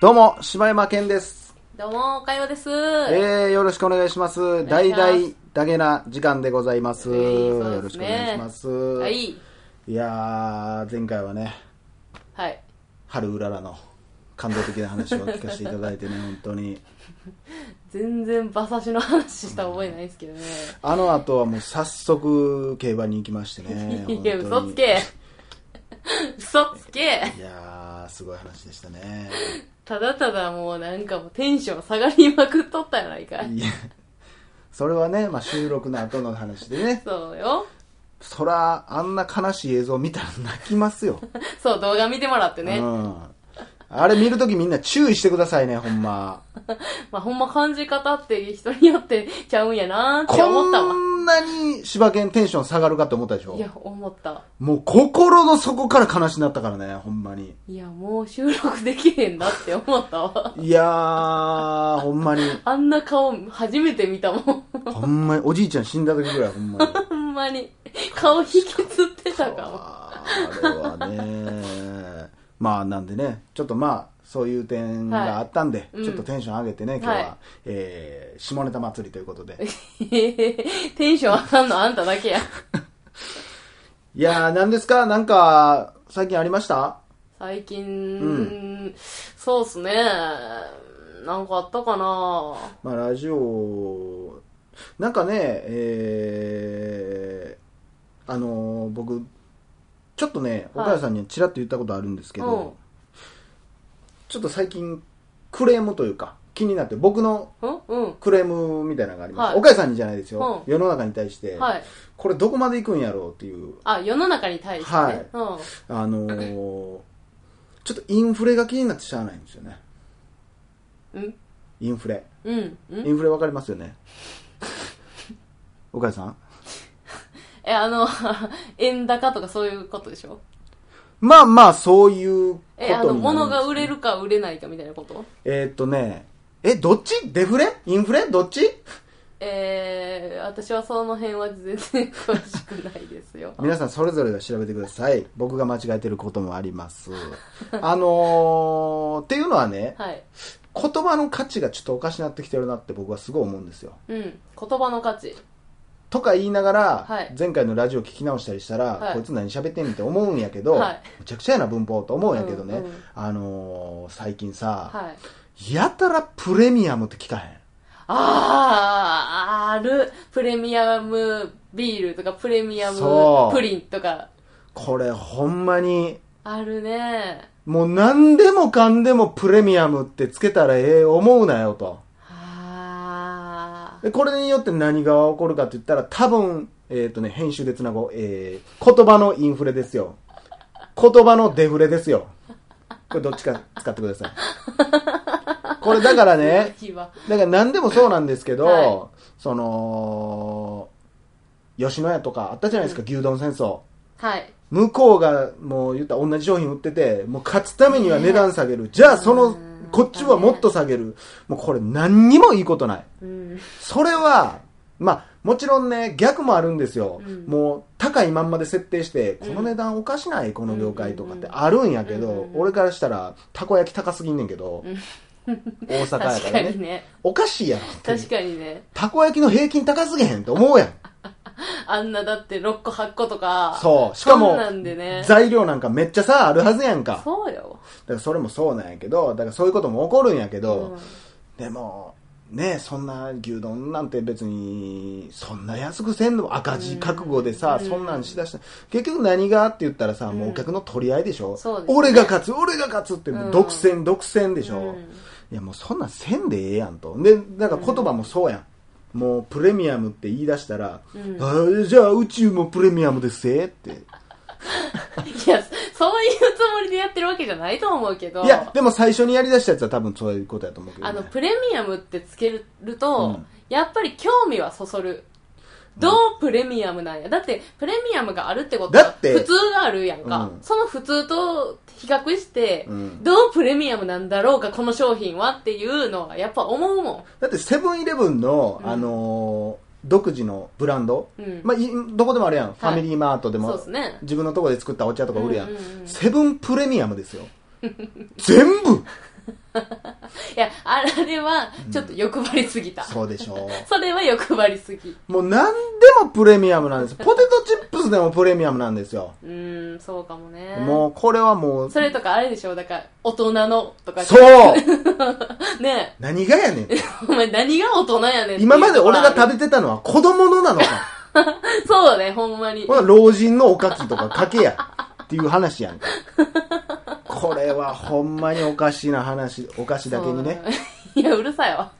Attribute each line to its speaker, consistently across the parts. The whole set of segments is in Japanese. Speaker 1: どうも、柴山健です。
Speaker 2: どうも、おかようです。
Speaker 1: えー、よろしくお願いします。
Speaker 2: いし
Speaker 1: 大
Speaker 2: ます
Speaker 1: 々だけな時間でございます。
Speaker 2: えーそう
Speaker 1: よ
Speaker 2: で
Speaker 1: ろ
Speaker 2: す
Speaker 1: しくお
Speaker 2: ね
Speaker 1: 願いします。、
Speaker 2: はいい。
Speaker 1: やー、前回はね、
Speaker 2: はい。
Speaker 1: 春うららの感動的な話を聞かせていただいてね、本当に。
Speaker 2: 全然馬刺しの話した覚えないですけどね。
Speaker 1: あの後はもう早速競馬に行きましてね。
Speaker 2: いや、
Speaker 1: 本当
Speaker 2: 嘘
Speaker 1: に
Speaker 2: つけ。嘘つけ。
Speaker 1: いやー、すごい話でしたね。
Speaker 2: ただただもうなんかもうテンション下がりまくっとったやないかい。
Speaker 1: いや、それはね、まあ、収録の後の話でね、
Speaker 2: そうよ。
Speaker 1: そら、あんな悲しい映像見たら泣きますよ。
Speaker 2: そう、動画見てもらってね。
Speaker 1: うん。あれ見るときみんな注意してくださいね、ほんま。
Speaker 2: まあほんま感じ方って人によってちゃうんやなーって思った
Speaker 1: こ
Speaker 2: わ。
Speaker 1: んなに柴犬テンション下がるかって思ったでしょ
Speaker 2: いや、思った。
Speaker 1: もう心の底から悲しになったからね、ほんまに。
Speaker 2: いや、もう収録できへんなって思ったわ。
Speaker 1: いやー、ほんまに。
Speaker 2: あんな顔初めて見たもん。
Speaker 1: ほんまに、おじいちゃん死んだ時ぐらい、ほんまに。
Speaker 2: ほんまに。顔引きつってたか も。
Speaker 1: あーあれはね。まあ、なんでね、ちょっとまあ、そういう点があったんで、
Speaker 2: うん
Speaker 1: ちょっとテンション上げてね、今日は、
Speaker 2: はい
Speaker 1: えー、下ネタ祭りということ で。
Speaker 2: テンション上がんのあんただけや。
Speaker 1: いやー、何ですかなんか、最近ありました
Speaker 2: 最近、
Speaker 1: う
Speaker 2: そうっすね。なんかあったかな
Speaker 1: まあ、ラジオ、なんかね、えー、あのー僕、ちょっとね、
Speaker 2: は
Speaker 1: 岡
Speaker 2: い
Speaker 1: 谷さんにちらっと言ったことあるんですけど、
Speaker 2: うん
Speaker 1: ちょっと最近、クレームというか、気になって、僕の
Speaker 2: うんうん。
Speaker 1: クレームみたいなのがあります。
Speaker 2: はい
Speaker 1: 岡谷さんにじゃないですよ、
Speaker 2: う
Speaker 1: 世の中に対して、
Speaker 2: はい。
Speaker 1: これどこまで行くんやろうっていう、
Speaker 2: あ、世の中に対してね。
Speaker 1: はい
Speaker 2: うん。
Speaker 1: あのーちょっとインフレが気になってしゃあないんですよね。
Speaker 2: うん
Speaker 1: インフレ。
Speaker 2: うん。うん
Speaker 1: インフレわかりますよね。 岡谷さん
Speaker 2: え、あの、 円高とかそういうことでしょ
Speaker 1: まあまあ、そういうことに
Speaker 2: え、あの、物が売
Speaker 1: る。
Speaker 2: れるか売れないかみたいなこと
Speaker 1: えーっとね、え、どっちデフレインフレどっち
Speaker 2: えー、私はその辺は全然 詳しくないですよ。
Speaker 1: 皆さんそれぞれが調べてください。僕が間違えてることもあり ます。あのー、っていうのはね、
Speaker 2: はい。
Speaker 1: 言葉の価値がちょっとおかしなってきてるなって僕はすごい思うんですよ。
Speaker 2: うん。言葉の価値。
Speaker 1: とか言いながら、
Speaker 2: はい
Speaker 1: 前回のラジオ聞き直したりしたら、
Speaker 2: はい
Speaker 1: こいつ何喋ってんねんって思うんやけど、
Speaker 2: はい
Speaker 1: むちゃくちゃやな文法と思うんやけどね、
Speaker 2: うんうん
Speaker 1: あのー、最近さ、
Speaker 2: はい。
Speaker 1: やたらプレミアムって聞かへん。
Speaker 2: あーあるプレミアムビールとかプレミアム
Speaker 1: そう
Speaker 2: プリンとか
Speaker 1: これほんまに、
Speaker 2: あるね
Speaker 1: もう何でもかんでもプレミアムってつけたらええ思うなよと。
Speaker 2: あー
Speaker 1: でこれによって何が起こるかって言ったら多分、えっ、とね、編集でつなごう。えー、言葉のインフレですよ。言葉のデフレですよ。これどっちか使ってください。これだからね、
Speaker 2: 次は
Speaker 1: だから何でもそうなんですけど、
Speaker 2: は
Speaker 1: その、吉野家とかあったじゃないですか、牛丼戦争。
Speaker 2: はい
Speaker 1: 向こうがもう言ったら同じ商品売ってて、もう勝つためには値段下げる。じゃあその
Speaker 2: うん、
Speaker 1: こっちはもっと下げる。もうこれ何にもいいことない。
Speaker 2: うん
Speaker 1: それは、まあ、もちろんね、逆もあるんですよ。
Speaker 2: うん
Speaker 1: もう、高いまんまで設定して、この値段おかしない、この業界とかってあるんやけど、
Speaker 2: うんうんうん
Speaker 1: 俺からしたら、たこ焼き高すぎんねんけど、大阪や
Speaker 2: 確
Speaker 1: か
Speaker 2: から
Speaker 1: ね
Speaker 2: に。ね
Speaker 1: おかしいやろっていう
Speaker 2: 確かにね
Speaker 1: たこ焼きの平均高すぎへんと思うやん。
Speaker 2: あんなだって6個8個とか
Speaker 1: そう。しか
Speaker 2: そ
Speaker 1: も
Speaker 2: んなんで、ね
Speaker 1: 材料なんかめっちゃさ、あるはずやんか。
Speaker 2: そうよ
Speaker 1: だからそれもそうなんやけど、だからそういうことも起こるんやけ
Speaker 2: う
Speaker 1: ど
Speaker 2: ん、
Speaker 1: でも、ねそんな牛丼なんて別に、そんな安くせんのも赤字覚悟でさ、
Speaker 2: うん
Speaker 1: そんなんしだした。結局何がって言ったらさ、もうお客の取り合いでしょ、
Speaker 2: そうですね
Speaker 1: 俺が勝つ、俺が勝つって、
Speaker 2: うん
Speaker 1: 独占、独占でしょ、
Speaker 2: うん
Speaker 1: いやもうそんなんせんでええやんと。で、なんか言葉もそうやん。もうプレミアムって言い出したら、
Speaker 2: うん
Speaker 1: あーじゃあ宇宙もプレミアムですぜって。
Speaker 2: いやそういうつもりでやってるわけじゃないと思うけど
Speaker 1: いや、でも最初にやり出したやつは多分そういうことやと思うけど、ね。
Speaker 2: あのプレミアムってつける
Speaker 1: う
Speaker 2: と、
Speaker 1: ん
Speaker 2: やっぱり興味はそそるどうプレミアムなんやだってプレミアムがあるってこと
Speaker 1: だ
Speaker 2: は
Speaker 1: って
Speaker 2: 普通があるやんか、
Speaker 1: うん
Speaker 2: その普通と比較して、
Speaker 1: うん
Speaker 2: どうプレミアムなんだろうかこの商品はっていうのはやっぱ思うもん
Speaker 1: だってセブンイレブンの、
Speaker 2: うん
Speaker 1: あのー独自のブランド、
Speaker 2: うん
Speaker 1: まあ、いどこでもあるやん、ファミリーマートで
Speaker 2: そう
Speaker 1: も
Speaker 2: ですね
Speaker 1: 自分のとこで作ったお茶とか売るやん,、
Speaker 2: うんうんうん
Speaker 1: セブンプレミアムですよ全部
Speaker 2: いやあれはちょっと欲張りすぎた、
Speaker 1: そうでしょう
Speaker 2: それは欲張りすぎ
Speaker 1: もう何でもプレミアムなんですポテトチップスでもプレミアムなんですよ
Speaker 2: うーんそうかもね
Speaker 1: もうこれはもう
Speaker 2: それとかあれでしょだから大人のとか
Speaker 1: そう
Speaker 2: ね
Speaker 1: 何がや ねん
Speaker 2: えお前何が大人やねんっていう
Speaker 1: 今まで俺が
Speaker 2: ところある
Speaker 1: 食べてたのは子供のなのか
Speaker 2: そうだねほんまに
Speaker 1: ほな老人のおかきとかかけや。っていう話やんか。これはほんまにおかしな話、お菓子だけにね。
Speaker 2: そういやうるさいわ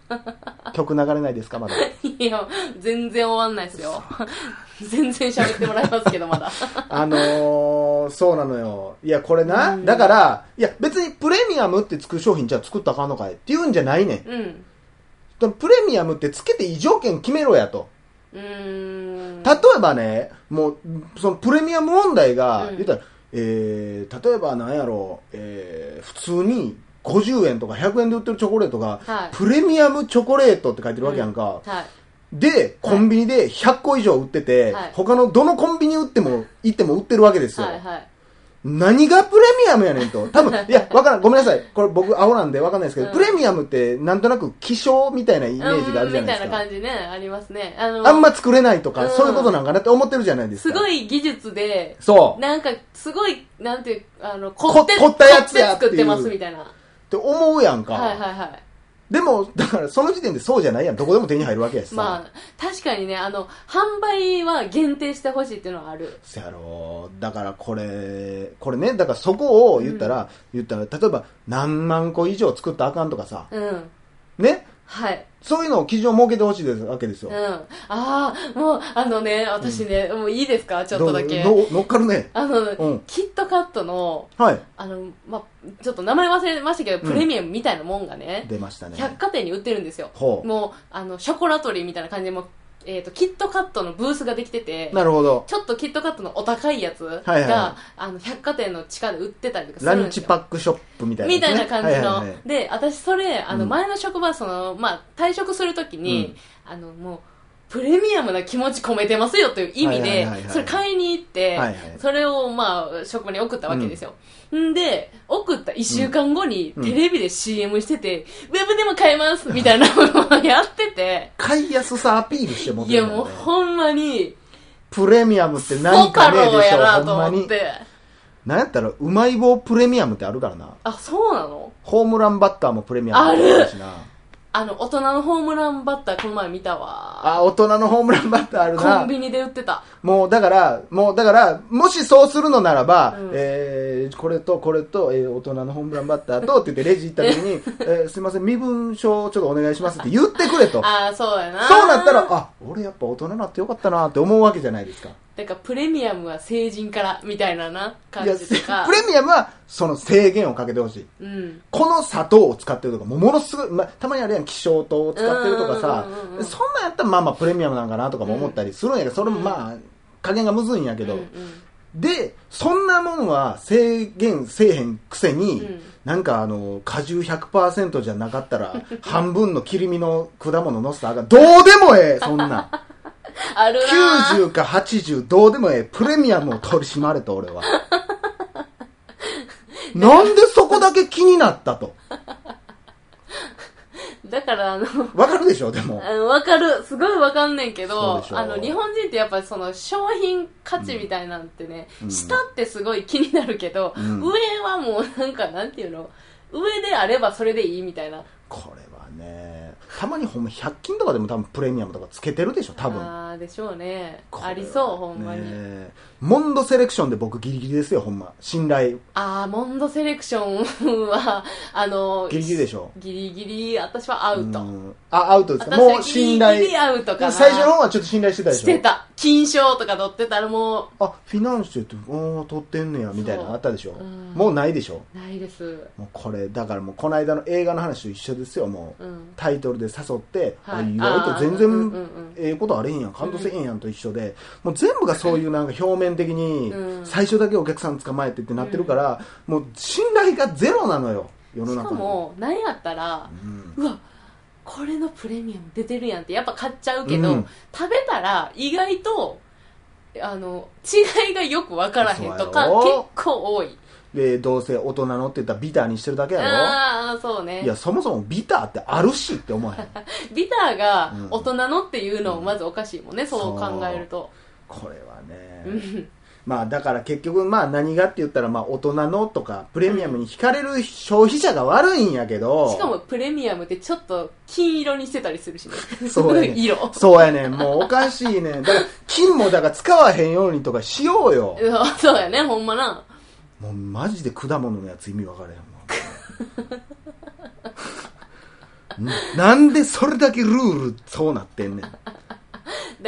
Speaker 1: 曲流れないですか、まだ。
Speaker 2: いや全然終わんないですよ 全然喋ってもらいますけどまだ
Speaker 1: あのー、そうなのよ。いや、これな、だから、いや、別にプレミアムってつく商品じゃあ作ったらあかんのかいっていうんじゃないねん。
Speaker 2: うん
Speaker 1: そのプレミアムってつけていい条件決めろやと。
Speaker 2: うーん
Speaker 1: 例えばね、もう、そのプレミアム問題が、
Speaker 2: うん
Speaker 1: 言ったら、えー、例えばなんやろう、えー、普通に50円とか100円で売ってるチョコレートが、
Speaker 2: はい
Speaker 1: プレミアムチョコレートって書いてるわけやんか。
Speaker 2: はい
Speaker 1: で、コンビニで100個以上売ってて、
Speaker 2: はい
Speaker 1: 他のどのコンビニ売っても、行っても売ってるわけですよ。
Speaker 2: はいはい
Speaker 1: 何がプレミアムやねんと。多 分、いや、わからん。ごめんなさい。これ僕、アホなんでわかんないですけど、
Speaker 2: うん
Speaker 1: プレミアムってなんとなく希少みたいなイメージがあるじゃないです
Speaker 2: うんみ
Speaker 1: か。
Speaker 2: たいな感じねありますねあの
Speaker 1: あんま作れないとか、
Speaker 2: うん
Speaker 1: そういうことなんかなって思ってるじゃないです
Speaker 2: す
Speaker 1: か。
Speaker 2: ごい技術で
Speaker 1: そう。
Speaker 2: なんかすごいなんていうあの
Speaker 1: こ
Speaker 2: 凝って
Speaker 1: 凝ったやつやってい
Speaker 2: 凝
Speaker 1: う
Speaker 2: って作ってますみたいな
Speaker 1: って思うやんか、
Speaker 2: はいはいはい
Speaker 1: でもだからその時点でそうじゃないやんどこでも手に入るわけやしさ、
Speaker 2: まあ確かにねあの販売は限定してほしいっていうのはある
Speaker 1: そやろだからこれこれねだからそこを言ったら、言ったら例えば何万個以上作ったらあかんとかさ
Speaker 2: うん
Speaker 1: ね
Speaker 2: はい
Speaker 1: そういうのを基準を設けてほしいですわけです
Speaker 2: う
Speaker 1: よ、
Speaker 2: んああもうあのね私ね、もういいですかちょっ
Speaker 1: ど
Speaker 2: と
Speaker 1: う
Speaker 2: だけ
Speaker 1: の乗っかるね
Speaker 2: あの、
Speaker 1: うん
Speaker 2: キットカットの
Speaker 1: はい
Speaker 2: あの、ま、ちょっと名前忘れましたけど、
Speaker 1: うん
Speaker 2: プレミアムみたいなもんがね
Speaker 1: 出ましたね
Speaker 2: 百貨店に売ってるんですよ
Speaker 1: ほう
Speaker 2: もうあのショコラトリーみたいな感じでもう、えー、とキットカットのブースができてて
Speaker 1: なるほど
Speaker 2: ちょっとキットカットのお高いやつが、
Speaker 1: はいはいは
Speaker 2: あの百貨店の地下で売ってたりとかす
Speaker 1: ラ
Speaker 2: るん
Speaker 1: ン
Speaker 2: です
Speaker 1: チ
Speaker 2: よ
Speaker 1: パックショップみたいな、
Speaker 2: みたいな感
Speaker 1: はい
Speaker 2: じの、
Speaker 1: はいはい
Speaker 2: で私それあの
Speaker 1: うん
Speaker 2: 前の職場その、まあ、退職するときに、あのもうプレミアムな気持ち込めてますよという意
Speaker 1: はいは
Speaker 2: 味
Speaker 1: い
Speaker 2: で
Speaker 1: はいはい
Speaker 2: それ買いに行って、
Speaker 1: はいはい
Speaker 2: それを、まあ、職場に送ったわけですよ、んで送った1週間後に
Speaker 1: うん
Speaker 2: テレビで CM してて、ウェブでも買えますみたいなのをやってて
Speaker 1: 買いやすさアピールして持っ
Speaker 2: い
Speaker 1: て
Speaker 2: や
Speaker 1: る
Speaker 2: も
Speaker 1: も
Speaker 2: う
Speaker 1: んね
Speaker 2: ほんまに
Speaker 1: プレミアムって
Speaker 2: ソ
Speaker 1: 何
Speaker 2: 太
Speaker 1: かねえ
Speaker 2: 郎
Speaker 1: でし
Speaker 2: や
Speaker 1: ょ
Speaker 2: な
Speaker 1: ほ
Speaker 2: と
Speaker 1: んま
Speaker 2: 思っ
Speaker 1: に
Speaker 2: て
Speaker 1: なんやったらうまい棒プレミアムってあるからな
Speaker 2: あそうなの
Speaker 1: ホームランバッターもプレミアムだしな。
Speaker 2: あの大人のホームランバッターこの前見たわ
Speaker 1: あ、大人のホームランバッターある
Speaker 2: コン
Speaker 1: な。
Speaker 2: ビニで売ってた
Speaker 1: もうだから、もうだから、もしそうするのならば、
Speaker 2: うん
Speaker 1: えーこれとこれと、えー大人のホームランバッターとって言ってレジ行った時に、えーすいません、身分証をちょっとお願いしますって言ってくれと。
Speaker 2: ああそうやな
Speaker 1: そうなったら、あ、俺やっぱ大人になってよかったなって思うわけじゃないですか。
Speaker 2: だからプレミアムは成人からみたいなな感
Speaker 1: いや、
Speaker 2: じと
Speaker 1: せ
Speaker 2: か
Speaker 1: プレミアムはその制限をかけてほしい。
Speaker 2: うん
Speaker 1: この砂糖を使ってるとか、もうものすごい、まあ、たまにあるやん、希少糖を使ってるとかさ
Speaker 2: うんうんうんうんう、ん
Speaker 1: そんなんやったらまあまあプレミアムなんかなとかも思ったりするんやけど、それもまあ、加減がむずいんやけど、
Speaker 2: うんうん
Speaker 1: で、そんなもんは制限せえへんくせに、
Speaker 2: うん
Speaker 1: なんかあの、果汁100%じゃなかったら、 半分の切り身の果物のせたらあかんどうでもええ、そんなん。
Speaker 2: あるな
Speaker 1: 90か80どうでもええプレミアムを取り締まれと俺 はなんでそこだけ気になったと
Speaker 2: だからあの
Speaker 1: わかるでしょでも
Speaker 2: あのわかるすごいわかんねんけ
Speaker 1: そう
Speaker 2: ど
Speaker 1: でしょ
Speaker 2: あの日本人ってやっぱりその商品価値みたいなんてね、
Speaker 1: うん
Speaker 2: 下ってすごい気になるけど、
Speaker 1: うん
Speaker 2: 上はもうなんかなんていうの上であればそれでいいみたいな
Speaker 1: これはねたまにほんま100均とかでも多分プレミアムとかつけてるでしょ多分
Speaker 2: ああでしょうね
Speaker 1: これは
Speaker 2: ありそうほんまに、
Speaker 1: ねモンドセレクションで僕ギリギリですよほんま信頼
Speaker 2: ああモンドセレクションはあの
Speaker 1: ギリギリでしょ
Speaker 2: ギリギリ私はアウト、
Speaker 1: うんあアウトですか
Speaker 2: 私
Speaker 1: もう
Speaker 2: はギリギ
Speaker 1: 信
Speaker 2: リ
Speaker 1: 頼
Speaker 2: アウトかな
Speaker 1: 最初の方はちょっと信頼してたでしょ
Speaker 2: してた金賞とか取ってたらも
Speaker 1: あフィナンシェっておー取ってんねやみたいなのあったでしょ、
Speaker 2: うん
Speaker 1: もうないでしょ
Speaker 2: うないです
Speaker 1: もうこれだからもうこの間の映画の話と一緒ですよもう、
Speaker 2: うん
Speaker 1: タイトルで誘って、あ
Speaker 2: はい
Speaker 1: 意
Speaker 2: あ
Speaker 1: 外
Speaker 2: ー
Speaker 1: と全
Speaker 2: うんうんう
Speaker 1: 然
Speaker 2: ん
Speaker 1: ええことあれへんやん感動せえへんやんと一緒で、もう全部がそういうなんか表面的に
Speaker 2: うん
Speaker 1: 最初だけお客さん捕まえてってなってるから、もう信頼がゼロなのよ世の
Speaker 2: し
Speaker 1: 中
Speaker 2: か
Speaker 1: の
Speaker 2: も何やったら
Speaker 1: うん
Speaker 2: うわこれのプレミアム出てるやんってやっぱ買っちゃうけど、
Speaker 1: うん
Speaker 2: 食べたら意外とあの違いがよくわからへんとか
Speaker 1: そうや
Speaker 2: 結
Speaker 1: ろ
Speaker 2: 構多い
Speaker 1: で、どうせ大人のって言ったらビターにしてるだけやろ
Speaker 2: ああそうね
Speaker 1: いや、そもそもビターってあるしって思わへ ん。
Speaker 2: ビターが
Speaker 1: うん
Speaker 2: 大人のっていうのもまずおかしいもんね、そう考えると
Speaker 1: これはね。
Speaker 2: うん
Speaker 1: まあだから結局まあ何がって言ったらまあ大人のとかプレミアムに惹かれる消費者が悪いんやけど。
Speaker 2: しかもプレミアムってちょっと金色にしてたりするしね
Speaker 1: そうやね
Speaker 2: 色
Speaker 1: そうやねん。もうおかしいねん。だから金もだから使わへんようにとかしようよ。
Speaker 2: うんそうやねほんまな
Speaker 1: もうマジで果物のやつ意味わからへんもん。なんでそれだけルールそうなってんねん。
Speaker 2: だか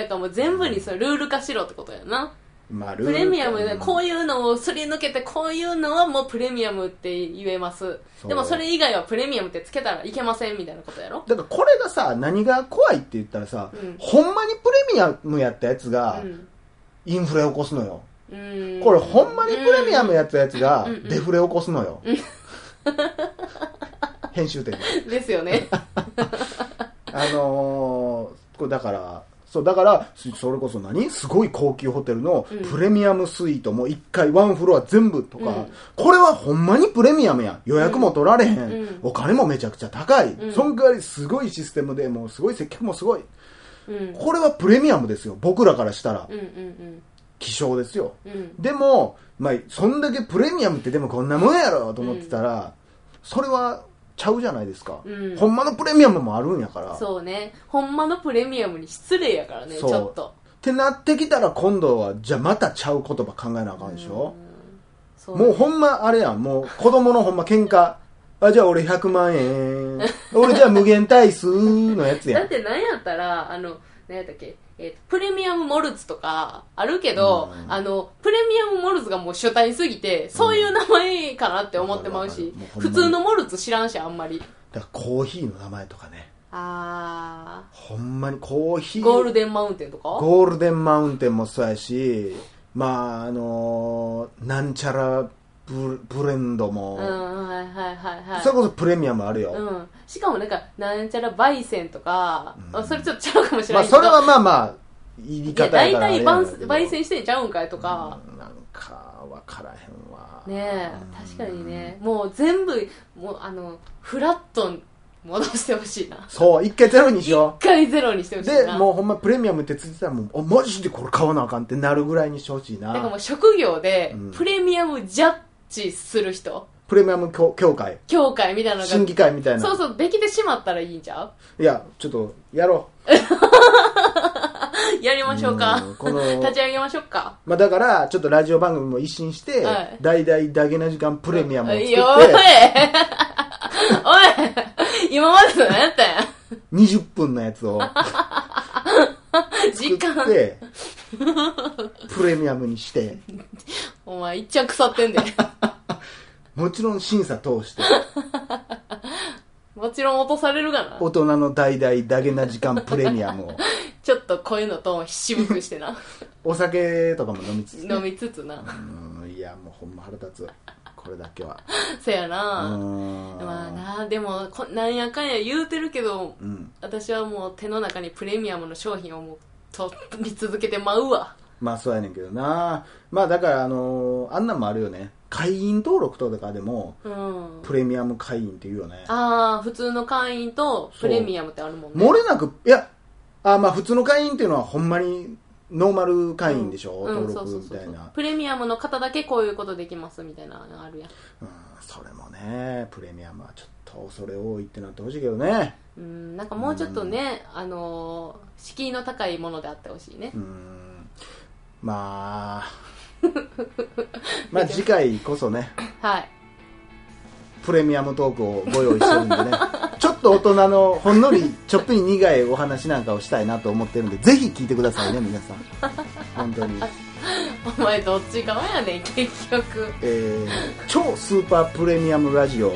Speaker 2: らもう全部にそのルール化しろってことやな
Speaker 1: まあルー
Speaker 2: プ
Speaker 1: ル
Speaker 2: レミアムで
Speaker 1: う
Speaker 2: こういうのをすり抜けてこういうのはもうプレミアムって言えます
Speaker 1: そう
Speaker 2: でもそれ以外はプレミアムってつけたらいけませんみたいなことやろ
Speaker 1: だからこれがさ、何が怖いって言ったらさ、
Speaker 2: うん
Speaker 1: ほんまにプレミアムやったやつが
Speaker 2: うん
Speaker 1: インフレ起こすのよ。
Speaker 2: うん
Speaker 1: これほんまにプレミアムやったやつが
Speaker 2: うんうん
Speaker 1: デフレ起こすのよ。編集点で。
Speaker 2: うんです よね
Speaker 1: あのー、これだから、そう、だから、そそれこそ何すごい高級ホテルの
Speaker 2: うん
Speaker 1: プレミアムスイートも1階ワンフロア全部とか、
Speaker 2: うん
Speaker 1: これはほんまにプレミアムやん。予約も取られへん。
Speaker 2: んうん
Speaker 1: お金もめちゃくちゃ高い。
Speaker 2: うん
Speaker 1: その代わりすごいシステムで、もうすごい接客もすごい。
Speaker 2: うんうん
Speaker 1: これはプレミアムですよ。僕らからしたら
Speaker 2: う、ん
Speaker 1: 希少ですよ。
Speaker 2: うんうん
Speaker 1: でも、まあ、そんだけプレミアムってでもこんなもんやろと思ってたら、それはちゃうじゃないですか、
Speaker 2: うん
Speaker 1: ほんまのプレミアムもあるんやからっ
Speaker 2: そうねほんまのプレミアムに失礼やからねち
Speaker 1: そう
Speaker 2: ょっと
Speaker 1: てなってきたら今度はじゃあまたちゃう言葉考えなあかんでしょ、
Speaker 2: うんそう
Speaker 1: もうほんまあれやんもう子供のほんま喧嘩あじゃあ俺100万円俺じゃあ無限大数のやつや
Speaker 2: だ
Speaker 1: ん
Speaker 2: ってなんやったらあの何やったっけ、えーとプレミアムモルツとかあるけど、
Speaker 1: うん
Speaker 2: あのプレミアムモルツがもう主体すぎてそういう名前かなって思ってまうし、
Speaker 1: うんわかるわかるもうほんま
Speaker 2: 普
Speaker 1: に
Speaker 2: 通のモルツ知らんしあんまり
Speaker 1: だからコーヒーの名前とかね
Speaker 2: あ
Speaker 1: ほんまにコーヒ
Speaker 2: ー
Speaker 1: ー
Speaker 2: ゴールデンマウンテンとか
Speaker 1: ゴールデンマウンテンもそうやし、まあ、あのーなんちゃらブブレンドも、
Speaker 2: うんはいはいはいはい
Speaker 1: それこそプレミアムあるよ。
Speaker 2: うん、しかもなんかなんちゃら焙煎とか、
Speaker 1: うん
Speaker 2: あそれちょっとちゃうかもしれ
Speaker 1: ま
Speaker 2: な
Speaker 1: あ、
Speaker 2: いけど、
Speaker 1: それはまあまあ、言い
Speaker 2: いや
Speaker 1: 方
Speaker 2: 大
Speaker 1: やからあれや
Speaker 2: 体
Speaker 1: ろう
Speaker 2: 焙
Speaker 1: けど。
Speaker 2: 焙煎してんちゃうんかいとか、
Speaker 1: うんなんか、わからへんわ。
Speaker 2: ね
Speaker 1: うん
Speaker 2: え確かにねもう全部もうあのフラットに戻してほしいな
Speaker 1: そう、一回ゼロにしよ
Speaker 2: 一回ゼロにして
Speaker 1: う。
Speaker 2: ほしい
Speaker 1: で、
Speaker 2: な
Speaker 1: もうほんまプレミアムってついてたらもう、おマジでこれ買わなあかんってなるぐらいにしてほしい
Speaker 2: だからも
Speaker 1: な。
Speaker 2: う職業で
Speaker 1: うん
Speaker 2: プレミアムジャッジする人
Speaker 1: プレミアム協協会、
Speaker 2: 協会みたいなのが
Speaker 1: 審議会みたいな。
Speaker 2: そうそうできてしまったらいいん ちゃ
Speaker 1: いや、ちょっと、やろ
Speaker 2: うやり
Speaker 1: う。
Speaker 2: ましょうか
Speaker 1: んこの
Speaker 2: 立ち上げましょうか
Speaker 1: まあだから、ちょっとラジオ番組も一新して、
Speaker 2: はい
Speaker 1: 大々ダゲな時間プレミアムを作っ
Speaker 2: い
Speaker 1: て
Speaker 2: や、おいおい今までの何やったんや
Speaker 1: 20分のやつを作
Speaker 2: 時
Speaker 1: っ
Speaker 2: 間
Speaker 1: て、プレミアムにして、
Speaker 2: お前一着腐ってんで
Speaker 1: もちろん審査通して、
Speaker 2: もちろん落とされるがな
Speaker 1: 大人の大々ダゲな時間プレミアムを、
Speaker 2: ちょっとこういうのと渋くし てな
Speaker 1: お酒とかも飲みつつ、
Speaker 2: 飲みつつな
Speaker 1: うん、いや、もうほんま腹立つ。これだけは。
Speaker 2: そや
Speaker 1: う
Speaker 2: な、
Speaker 1: ん。
Speaker 2: まあなでもこなんやかんや言うてるけど
Speaker 1: うん。
Speaker 2: 私はもう手の中にプレミアムの商品をもう取り続けてまうわ
Speaker 1: まあそうやねんけどな。まあだから、あのーあんなんもあるよね。会員登録とかでも、
Speaker 2: うん
Speaker 1: プレミアム会員って言うよね。
Speaker 2: ああ普通の会員とプレミアムってあるもんね
Speaker 1: 漏れなく、いや、あまあ普通の会員っていうのはほんまにノーマル会員でしょ、
Speaker 2: うん
Speaker 1: 登
Speaker 2: うん
Speaker 1: 録
Speaker 2: そう
Speaker 1: み
Speaker 2: そうそう
Speaker 1: た
Speaker 2: そ
Speaker 1: いうな。
Speaker 2: プレミアムの方だけこういうことできますみたいなのあるやん
Speaker 1: うん、それもね、プレミアムはちょっと恐れ多いってなってほしいけどね。
Speaker 2: うんなんかもうちょっとね、あのー敷居の高いものであってほしいね
Speaker 1: う、ん、まあ、 まあ次回こそね、
Speaker 2: はい
Speaker 1: プレミアムトークをご用意してるん でね、ちょっと大人のほんのりちょっぴり苦いお話なんかをしたいなと思ってるんで、ぜひ聞いてくださいね、皆さん。本当に。
Speaker 2: お前どっち側やねん結局
Speaker 1: えー超スーパープレミアムラジオ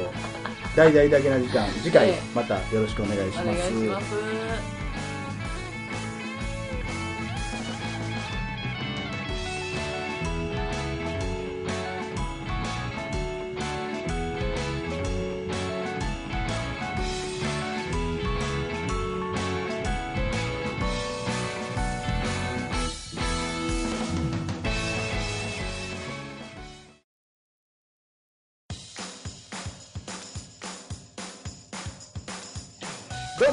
Speaker 1: 大々だけな時間次回
Speaker 2: ええ
Speaker 1: またよろしくお願いし
Speaker 2: お
Speaker 1: ま
Speaker 2: 願い
Speaker 1: す
Speaker 2: します
Speaker 1: どう